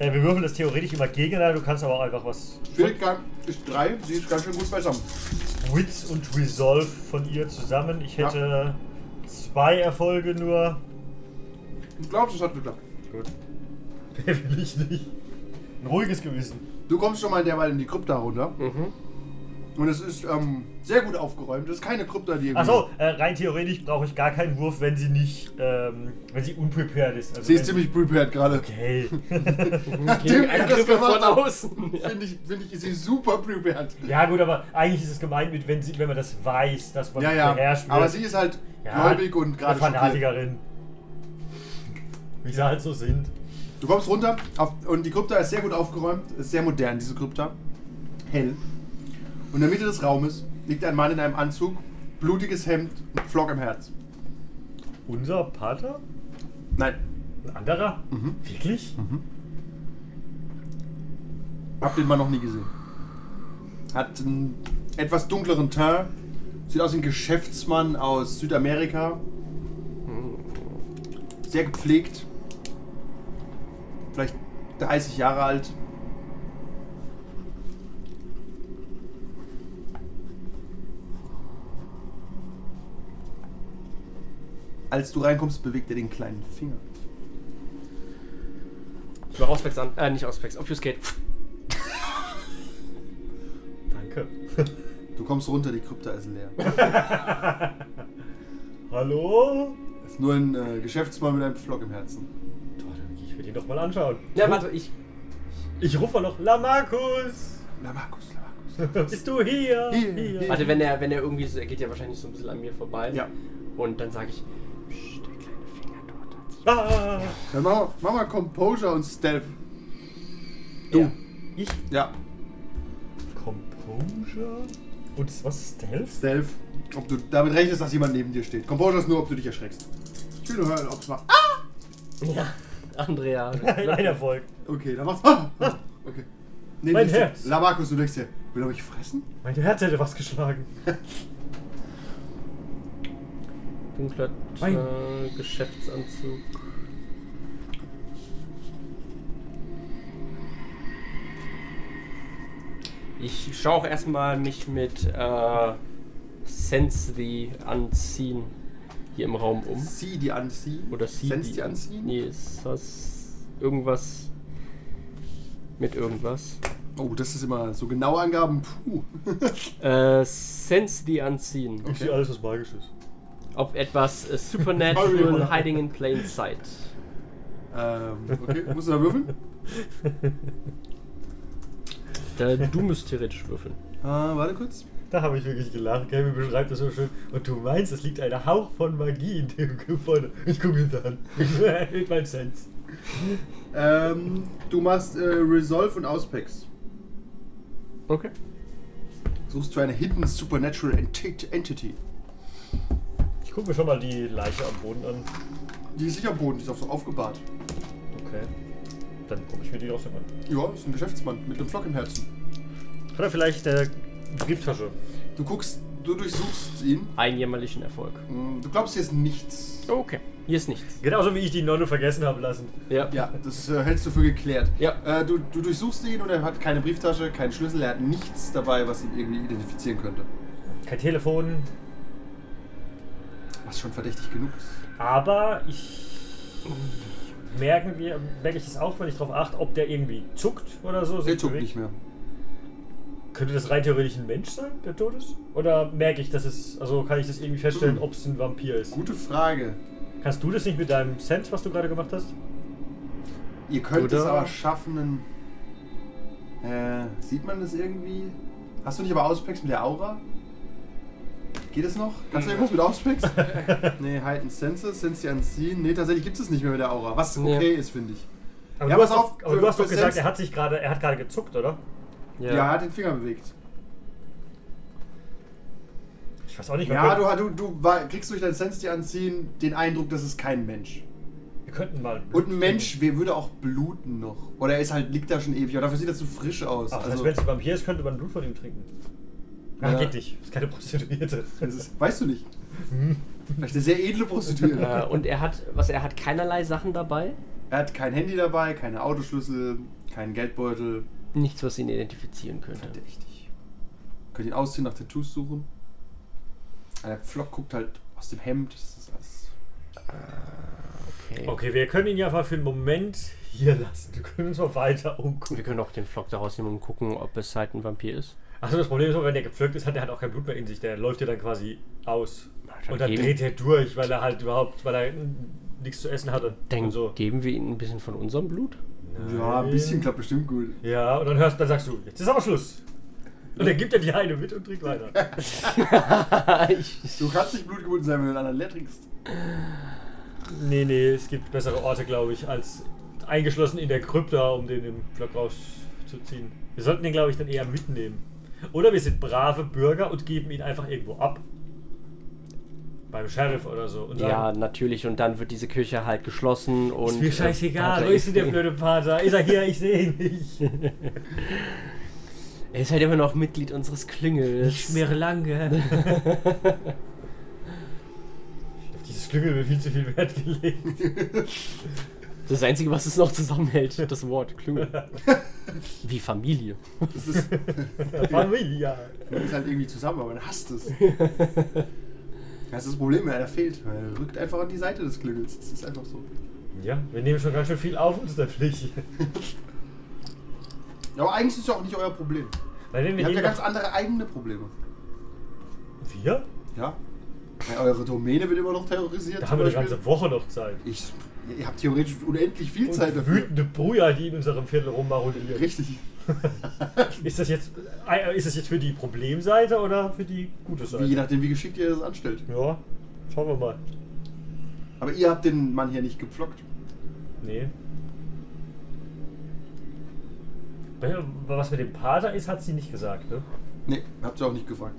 Speaker 3: Äh, wir würfeln das theoretisch immer gegeneinander. Du kannst aber auch einfach was.
Speaker 2: Schwierigkeit ist 3, sie ist ganz schön gut beisammen.
Speaker 3: Wits und Resolve von ihr zusammen. Ich hätte zwei Erfolge nur.
Speaker 2: Du glaubst, es hat geklappt.
Speaker 3: Gut. Wer [LAUGHS] will ich nicht? Ein ruhiges Gewissen.
Speaker 2: Du kommst schon mal derweil in die Krypta runter.
Speaker 4: Mhm.
Speaker 2: Und es ist ähm, sehr gut aufgeräumt. Es ist keine Krypta, die.
Speaker 3: Achso, äh, rein theoretisch brauche ich gar keinen Wurf, wenn sie nicht, ähm, wenn sie unprepared ist. Also
Speaker 2: Sie ist
Speaker 3: wenn-
Speaker 2: ziemlich prepared gerade.
Speaker 3: Okay.
Speaker 2: [LAUGHS] Nachdem er das
Speaker 4: Angriffe
Speaker 2: gemacht
Speaker 4: von
Speaker 2: hat,
Speaker 4: außen.
Speaker 2: finde ich, find ich, ist sie super prepared.
Speaker 3: Ja gut, aber eigentlich ist es gemeint mit, wenn, sie, wenn man das weiß, dass man
Speaker 2: Ja, ja.
Speaker 3: beherrscht wird.
Speaker 2: Aber sie ist halt
Speaker 3: Ja,
Speaker 2: gläubig und
Speaker 3: eine
Speaker 2: gerade schockiert.
Speaker 3: Fanatikerin. Wie sie halt so sind.
Speaker 2: Du kommst runter auf, und die Krypta ist sehr gut aufgeräumt. Ist sehr modern, diese Krypta. Hell. Und in der Mitte des Raumes liegt ein Mann in einem Anzug, blutiges Hemd und Flock im Herz.
Speaker 3: Unser Pater?
Speaker 2: Nein,
Speaker 3: Ein anderer?
Speaker 2: Mhm.
Speaker 3: Wirklich?
Speaker 2: hab den Mann noch nie gesehen. Hat einen etwas dunkleren Teint. Sieht aus wie ein Geschäftsmann aus Südamerika. Sehr gepflegt. Vielleicht 30 Jahre alt. Als du reinkommst, bewegt er den kleinen Finger.
Speaker 4: Ich mach Auspex an. Äh, nicht Auspex, Obfuscate.
Speaker 3: Danke. [LAUGHS]
Speaker 2: Du kommst runter, die Krypta ist leer.
Speaker 3: Hallo?
Speaker 2: ist nur ein äh, Geschäftsmann mit einem Pflock im Herzen.
Speaker 3: Boah, dann- Ich will ihn doch mal anschauen.
Speaker 4: Ja, warte, ich.
Speaker 3: Ich rufe mal
Speaker 2: [LAUGHS]
Speaker 3: noch Lamarcus!
Speaker 2: Lamarcus, Lamarcus.
Speaker 3: Bist du hier?
Speaker 2: Hier, hier.
Speaker 4: Warte, wenn er, wenn er irgendwie so, er geht ja wahrscheinlich so ein bisschen an mir vorbei.
Speaker 2: Ja.
Speaker 4: Und dann sage ich, "Psst, der kleine Finger dort hat sich.
Speaker 3: Ah,
Speaker 2: Dann mach, mal- mach mal Composure und Stealth. Du.
Speaker 4: Ja.
Speaker 3: ich.
Speaker 2: Ja,
Speaker 3: Composure? Und was ist Stealth? [LAUGHS]
Speaker 2: Stealth. Ob du damit rechnest, dass jemand neben dir steht. Composure ist nur, ob du dich erschreckst. Ich will nur hören, ob es macht. Ah!
Speaker 4: Ja,
Speaker 2: [LAUGHS]
Speaker 4: Andrea.
Speaker 3: Ein Erfolg.
Speaker 2: Okay, dann machst Ah! Ah! Okay. Nee,
Speaker 3: Mein
Speaker 2: nicht stimmt.
Speaker 3: Herz.
Speaker 2: Lamarcus, du denkst dir, will er mich fressen?
Speaker 3: Mein Herz hätte was geschlagen.
Speaker 4: Dunkler äh, Geschäftsanzug. Ich schaue auch erstmal mich mit äh, Sense the Unseen hier im Raum um.
Speaker 2: Sie die Unseen?
Speaker 4: Oder sie.
Speaker 2: Sense die
Speaker 4: Unseen?
Speaker 2: Unseen?
Speaker 4: Nee, ist das irgendwas. mit irgendwas.
Speaker 2: Oh, das ist immer so genaue Angaben. Puh. [LAUGHS]
Speaker 4: Äh, Sense the Unseen.
Speaker 3: Ich sehe alles, was magisch ist.
Speaker 4: Ob etwas äh,
Speaker 2: Sorry.
Speaker 4: Supernatural Hiding in Plain Sight.
Speaker 2: Ähm, okay, musst du da
Speaker 3: [LAUGHS]
Speaker 2: würfeln?
Speaker 4: Da, du müsst theoretisch würfeln.
Speaker 2: Äh, warte kurz.
Speaker 3: Da habe ich wirklich gelacht. Gaby beschreibt das so schön. Und du meinst, es liegt ein Hauch von Magie in dem Gebäude. Ich gucke ihn an. [LAUGHS] Mit meinem Sense.
Speaker 2: Ähm, du machst äh, Resolve und Auspacks.
Speaker 4: Okay.
Speaker 2: Suchst für eine Hidden Supernatural Enti- Entity.
Speaker 3: Ich gucke mir schon mal die Leiche am Boden an.
Speaker 2: Die ist nicht am Boden, die ist auch so aufgebahrt.
Speaker 3: Okay. Dann gucke ich mir die auch so an.
Speaker 2: Ja, ist ein Geschäftsmann mit einem Flock im Herzen.
Speaker 3: Hat er vielleicht eine Brieftasche?
Speaker 2: Du guckst, du durchsuchst ihn.
Speaker 4: Einen jämmerlichen Erfolg.
Speaker 2: Hm, Du glaubst, hier ist nichts.
Speaker 4: Okay. Hier ist nichts.
Speaker 3: Genauso wie ich die Nonne vergessen habe lassen.
Speaker 4: Ja.
Speaker 2: Ja, das äh, hältst du für geklärt.
Speaker 4: Ja.
Speaker 2: Äh, du, du durchsuchst ihn und er hat keine Brieftasche, keinen Schlüssel, er hat nichts dabei, was ihn irgendwie identifizieren könnte.
Speaker 3: Kein Telefon.
Speaker 2: Was schon verdächtig genug ist.
Speaker 3: Aber ich. Merken wir, merke ich es auch, wenn ich darauf achte, ob der irgendwie zuckt oder so?
Speaker 2: Der
Speaker 3: sich
Speaker 2: zuckt
Speaker 3: bewegt?
Speaker 2: nicht mehr.
Speaker 3: Könnte das rein theoretisch ein Mensch sein, der tot ist? Oder merke ich, dass es. Also kann ich das irgendwie feststellen,
Speaker 2: Hm.
Speaker 3: ob es ein Vampir ist?
Speaker 2: Gute Frage.
Speaker 3: Kannst du das nicht mit deinem Sense, was du gerade gemacht hast?
Speaker 2: Ihr könnt
Speaker 4: Oder-
Speaker 2: es aber schaffen. einen- Äh, sieht man das irgendwie? Hast du nicht aber Auspacks mit der Aura? Geht es noch? Kannst du irgendwas mit Auspacks? nee, Heightened Senses, Sense Unseen. Nee, tatsächlich gibt es nicht mehr mit der Aura. Was
Speaker 4: Nee.
Speaker 2: okay ist, finde ich.
Speaker 3: Aber
Speaker 2: Ja,
Speaker 3: du
Speaker 2: pass
Speaker 3: hast, doch-
Speaker 2: auf,
Speaker 3: aber
Speaker 2: für-
Speaker 3: du hast doch
Speaker 2: für
Speaker 3: gesagt,
Speaker 2: Sense-
Speaker 3: er hat sich gerade, er hat gerade gezuckt, oder?
Speaker 2: Ja, er hat den Finger bewegt.
Speaker 3: Ich weiß auch nicht, wir
Speaker 2: Ja,
Speaker 3: könnten,
Speaker 2: du, du, du war, kriegst durch dein Sense die Anziehen den Eindruck, das ist kein Mensch.
Speaker 3: wir könnten mal.
Speaker 2: Und ein Mensch wer würde auch bluten noch. Oder er ist halt, liegt da schon ewig. Aber dafür sieht er so frisch aus.
Speaker 3: Ach, das heißt,
Speaker 2: also,
Speaker 3: wenn es ein Vampir ist, könnte man Blut von ihm trinken. Ah,
Speaker 2: Ja.
Speaker 3: geht nicht. Ist keine Prostituierte.
Speaker 2: das ist, weißt du nicht.
Speaker 3: Hm.
Speaker 2: Vielleicht eine sehr edle Prostituierte.
Speaker 4: Äh, und er hat, was er hat, keinerlei Sachen dabei.
Speaker 2: Er hat kein Handy dabei, keine Autoschlüssel, keinen Geldbeutel.
Speaker 4: Nichts, was ihn identifizieren könnte.
Speaker 2: Verdächtig. Könnt ihn ausziehen, nach Tattoos suchen. Aber Der Flock guckt halt aus dem Hemd. Das ist alles.
Speaker 4: Okay.
Speaker 3: Okay, wir können ihn ja mal für einen Moment hier lassen. Wir können uns mal weiter umgucken.
Speaker 4: Wir können auch den Flock daraus nehmen und gucken, ob es halt ein Vampir ist.
Speaker 3: Achso, Also das Problem ist, auch, wenn der gepflückt ist, hat er halt auch kein Blut mehr in sich. Der läuft ja dann quasi aus.
Speaker 4: dann
Speaker 3: Und dann
Speaker 4: geben-
Speaker 3: dreht er durch, weil er halt überhaupt, weil er mm, nichts zu essen hatte.
Speaker 4: Dann
Speaker 3: und so.
Speaker 4: geben wir ihnen ein bisschen von unserem Blut.
Speaker 2: Ja, ein bisschen klappt bestimmt gut.
Speaker 3: Ja, und dann hörst dann sagst du, jetzt ist aber Schluss. Und dann gibt er die eine mit und trinkt [LAUGHS] weiter.
Speaker 2: Du kannst nicht blutgebunden sein, wenn du einen anderen leer trinkst.
Speaker 3: Nee, nee, es gibt bessere Orte, glaube ich, als eingeschlossen in der Krypta, um den im Block rauszuziehen. Wir sollten den, glaube ich, dann eher mitnehmen. Oder wir sind brave Bürger und geben ihn einfach irgendwo ab. Beim Sheriff oder so. Und
Speaker 4: Ja,
Speaker 3: sagen,
Speaker 4: natürlich. Und dann wird diese Kirche halt geschlossen und.
Speaker 3: ist mir
Speaker 4: äh,
Speaker 3: scheißegal,
Speaker 4: Pater
Speaker 3: wo ist denn der
Speaker 4: Efraim-
Speaker 3: blöde Pater? Ist er hier? Ich sehe ihn nicht.
Speaker 4: [LAUGHS] Er ist halt immer noch Mitglied unseres
Speaker 3: Ich
Speaker 4: Klüngels.
Speaker 3: schmiere lange.
Speaker 4: [LAUGHS]
Speaker 3: Auf dieses Klüngel wird viel zu viel Wert
Speaker 4: [LAUGHS]
Speaker 3: gelegt.
Speaker 4: Das Einzige, was es noch zusammenhält, [LAUGHS] das
Speaker 3: [LAUGHS]
Speaker 4: Wort Klüngel. Wie Familie.
Speaker 2: Das ist,
Speaker 3: Familia.
Speaker 2: man ist halt irgendwie zusammen, aber man hasst es. Das ist das Problem, wenn einer fehlt. Er rückt einfach an die Seite des Klüngels. Das ist einfach so.
Speaker 3: Ja, wir nehmen schon ganz schön viel auf uns der Pflicht.
Speaker 2: Ja, Aber eigentlich ist es ja auch nicht euer Problem.
Speaker 3: Weil wenn wir
Speaker 2: Ihr habt ja
Speaker 3: den
Speaker 2: ganz
Speaker 3: noch-
Speaker 2: andere eigene Probleme.
Speaker 3: Wir?
Speaker 2: Ja? Ja, Eure Domäne wird immer noch terrorisiert.
Speaker 3: Da
Speaker 2: zum
Speaker 3: haben wir eine
Speaker 2: Beispiel.
Speaker 3: ganze Woche noch Zeit.
Speaker 2: Ich, ihr habt theoretisch unendlich viel Zeit
Speaker 3: Und
Speaker 2: dafür.
Speaker 3: wütende Brüher, die in unserem Viertel rummarodieren.
Speaker 2: Richtig.
Speaker 3: [LAUGHS] Ist das, jetzt, äh, ist das jetzt für die Problemseite oder für die gute
Speaker 2: Wie, je
Speaker 3: Seite?
Speaker 2: nachdem, wie geschickt ihr das anstellt.
Speaker 3: Ja, schauen wir mal.
Speaker 2: Aber ihr habt den Mann hier nicht gepflockt.
Speaker 3: Nee. äh, Was mit dem Pater ist, hat sie nicht gesagt, ne?
Speaker 2: Nee, habt ihr auch nicht gefragt.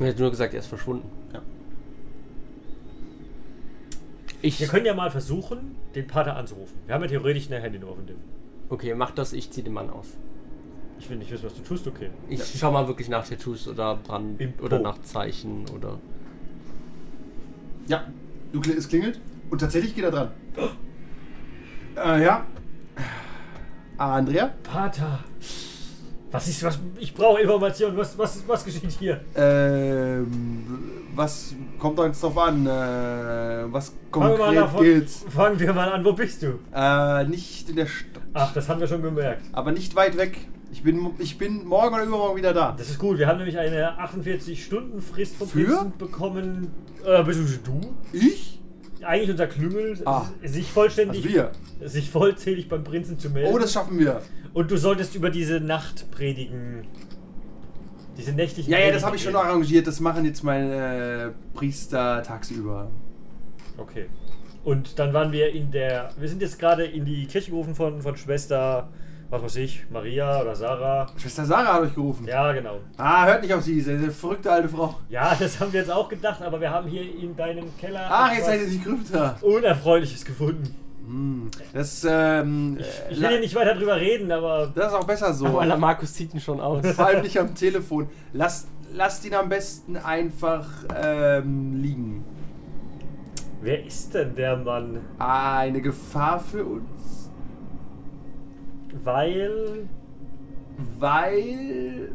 Speaker 4: Er hat nur gesagt, er ist verschwunden.
Speaker 2: Ja.
Speaker 3: Wir
Speaker 4: Ich.
Speaker 3: können ja mal versuchen, den Pater anzurufen. Wir haben ja theoretisch eine Handynummer von dem.
Speaker 4: Okay, mach das, ich zieh den Mann aus.
Speaker 3: Ich will nicht wissen, was du tust, okay.
Speaker 4: Ich schau mal wirklich nach Tattoos oder Brand
Speaker 3: Im
Speaker 4: oder
Speaker 3: Po.
Speaker 4: nach Zeichen oder.
Speaker 2: Ja, du, kli- es klingelt und tatsächlich geht er
Speaker 3: [GASPS]
Speaker 2: dran. Äh, ja. Ah, Andrea,
Speaker 3: Pater! Was ist, was. Ich brauche Informationen. Was, was, was geschieht hier?
Speaker 2: ähm, Was kommt da jetzt drauf an? Äh, was
Speaker 3: Fangen wir, mal
Speaker 2: konkret
Speaker 3: davon,
Speaker 2: gilt?
Speaker 3: fangen wir mal an, wo bist du?
Speaker 2: Äh, nicht in der Stadt.
Speaker 3: Ach, das haben wir schon gemerkt.
Speaker 2: Aber nicht weit weg. Ich bin, ich bin morgen oder übermorgen wieder da.
Speaker 3: Das ist gut, wir haben nämlich eine 48-Stunden-Frist vom
Speaker 2: Für?
Speaker 3: Prinzen bekommen. Äh, bzw. du?
Speaker 2: Ich?
Speaker 3: Eigentlich unser Klüngel,
Speaker 2: Ah.
Speaker 3: s- sich
Speaker 2: Also
Speaker 3: vollständig,
Speaker 2: wir.
Speaker 3: sich vollzählig beim Prinzen zu melden.
Speaker 2: Oh, das schaffen wir.
Speaker 3: Und du solltest über diese Nacht predigen. Diese nächtlichen
Speaker 2: Ja, ja, das
Speaker 3: Predigen
Speaker 2: habe ich schon
Speaker 3: reden.
Speaker 2: arrangiert. Das machen jetzt meine äh, Priester tagsüber.
Speaker 3: Okay. Und dann waren wir in der. Wir sind jetzt gerade in die Kirche gerufen von, von Schwester, was weiß ich, Maria oder Sarah.
Speaker 2: Schwester Sarah hat euch gerufen.
Speaker 3: Ja, genau.
Speaker 2: Ah, hört nicht auf sie, diese verrückte alte Frau.
Speaker 3: Ja, [LAUGHS] das haben wir jetzt auch gedacht, aber wir haben hier in deinem Keller.
Speaker 2: Ach, jetzt
Speaker 3: etwas
Speaker 2: seid ihr die Grüfter.
Speaker 3: Unerfreuliches gefunden.
Speaker 2: Hm. Das, ähm,
Speaker 3: Ich will hier nicht weiter drüber reden, aber.
Speaker 2: das ist auch besser so.
Speaker 4: Aber Markus zieht ihn schon aus.
Speaker 3: [LAUGHS]
Speaker 2: Vor allem nicht am Telefon. Lasst, lasst ihn am besten einfach ähm, liegen.
Speaker 3: Wer ist denn der Mann?
Speaker 2: Eine Gefahr für uns,
Speaker 3: Weil.
Speaker 2: weil